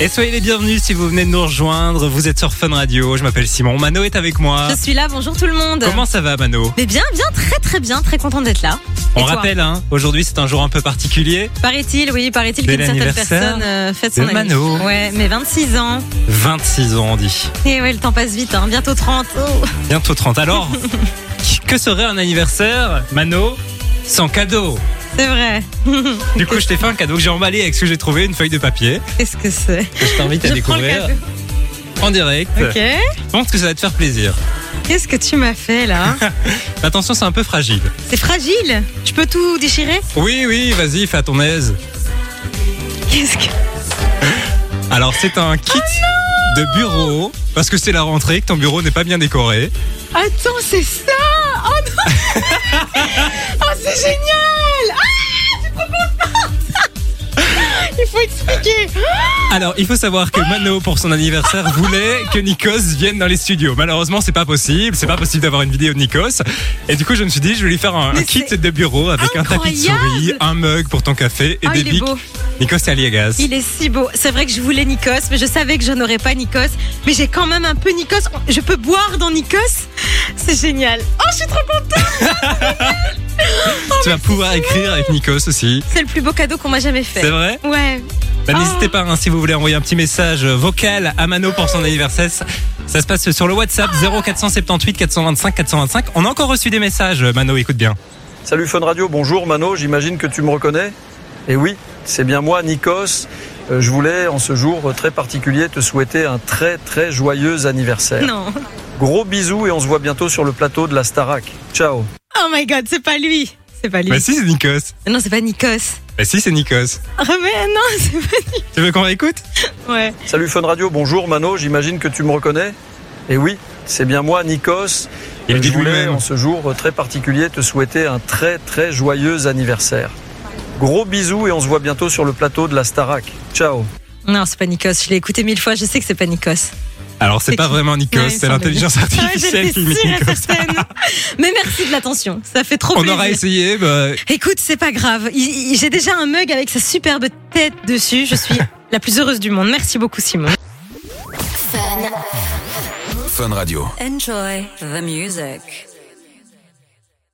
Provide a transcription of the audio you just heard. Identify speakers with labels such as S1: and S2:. S1: Et soyez les bienvenus si vous venez de nous rejoindre. Vous êtes sur Fun Radio. Je m'appelle Simon. Mano est avec moi.
S2: Je suis là, bonjour tout le monde.
S1: Ah. Comment ça va, Mano
S2: Mais bien, bien, très très bien, très contente d'être là. Et
S1: On
S2: toi
S1: rappelle, hein, aujourd'hui c'est un jour un peu particulier.
S2: Paraît-il, oui, paraît-il
S1: Bel
S2: qu'une certaine
S1: anniversaire
S2: personne euh, fête
S1: de
S2: son anniversaire.
S1: Mano.
S2: Ouais, mais 26 ans.
S1: 26 ans, on dit.
S2: Et ouais, le temps passe vite, hein, bientôt 30. Oh.
S1: Bientôt 30. Alors, que serait un anniversaire, Mano, sans cadeau
S2: C'est vrai.
S1: Du coup, je t'ai fait un cadeau que j'ai emballé avec ce que j'ai trouvé, une feuille de papier.
S2: Qu'est-ce que c'est
S1: que je t'invite à
S2: Je prends le
S1: découvrir
S2: cadeau.
S1: en direct.
S2: Ok.
S1: Je pense que ça va te faire plaisir.
S2: Qu'est-ce que tu m'as fait là
S1: Attention, c'est un peu fragile.
S2: C'est fragile. Je peux tout déchirer
S1: Oui, oui, vas-y, fais à ton aise.
S2: Qu'est-ce que
S1: Alors, c'est un
S2: Oh
S1: kit de bureau, parce que c'est la rentrée, que ton bureau n'est pas bien décoré.
S2: Attends, c'est ça Oh non Oh, c'est génial Ah Je comprends pas Il faut expliquer
S1: Alors, il faut savoir que Mano, pour son anniversaire, voulait que Nikos vienne dans les studios. Malheureusement, c'est pas possible. C'est pas possible d'avoir une vidéo de Nikos. Et du coup, je me suis dit, je vais lui faire un, un
S2: Mais
S1: kit
S2: c'est
S1: de bureau avec un tapis de
S2: incroyable
S1: souris, un mug pour ton café et
S2: Oh,
S1: des
S2: il est
S1: bics.
S2: beau
S1: Nikos et Aliagas.
S2: Il est si beau. C'est vrai que je voulais Nikos, mais je savais que je n'aurais pas Nikos. Mais j'ai quand même un peu Nikos. Je peux boire dans Nikos. C'est génial. Oh, je suis trop contente.
S1: tu vas pouvoir écrire avec Nikos aussi.
S2: C'est le plus beau cadeau qu'on m'a jamais fait.
S1: C'est vrai?
S2: Ouais.
S1: Bah,
S2: Oh.
S1: N'hésitez pas hein, si vous voulez envoyer un petit message euh, vocal à Mano pour son anniversaire. Ça se passe sur le WhatsApp 0478 425 425. On a encore reçu des messages, euh, Mano, écoute bien.
S3: Salut Fun Radio, bonjour Mano, j'imagine que tu me reconnais. Et oui, c'est bien moi, Nikos. Euh, Je voulais, en ce jour très particulier, te souhaiter un très très joyeux anniversaire.
S2: Non.
S3: Gros bisous et on se voit bientôt sur le plateau de la Starac. Ciao
S2: Oh my god, c'est pas lui. C'est pas lui.
S1: Bah si, c'est Nikos.
S2: Non, c'est pas Nikos.
S1: Bah si, c'est Nikos.
S2: Ah, mais non, c'est
S1: Tu veux qu'on réécoute
S2: pas. Ouais.
S3: Salut Fun Radio, bonjour Mano, j'imagine que tu me reconnais. Et oui, c'est bien moi, Nikos.
S1: Il
S3: Euh,
S1: dit
S3: Je voulais,
S1: lui-même.
S3: en ce jour très particulier, te souhaiter un très très joyeux anniversaire. Gros bisous et on se voit bientôt sur le plateau de la Starac. Ciao
S2: Non, c'est pas Nikos. Je l'ai écouté mille fois. Je sais que c'est pas Nikos.
S1: Alors, c'est
S2: C'est
S1: pas
S2: qui
S1: vraiment Nikos,
S2: Ouais, il me
S1: c'est
S2: semblait.
S1: l'intelligence
S2: Ah,
S1: artificielle
S2: J'étais
S1: qui imite
S2: sûre et
S1: Nikos.
S2: certaine. Mais merci de l'attention. Ça fait trop
S1: On
S2: plaisir.
S1: aura essayé, bah,
S2: Écoute, c'est pas grave. Il- il- J'ai déjà un mug avec sa superbe tête dessus. Je suis la plus heureuse du monde. Merci beaucoup, Simon.
S4: Fun Radio.
S5: Enjoy the music.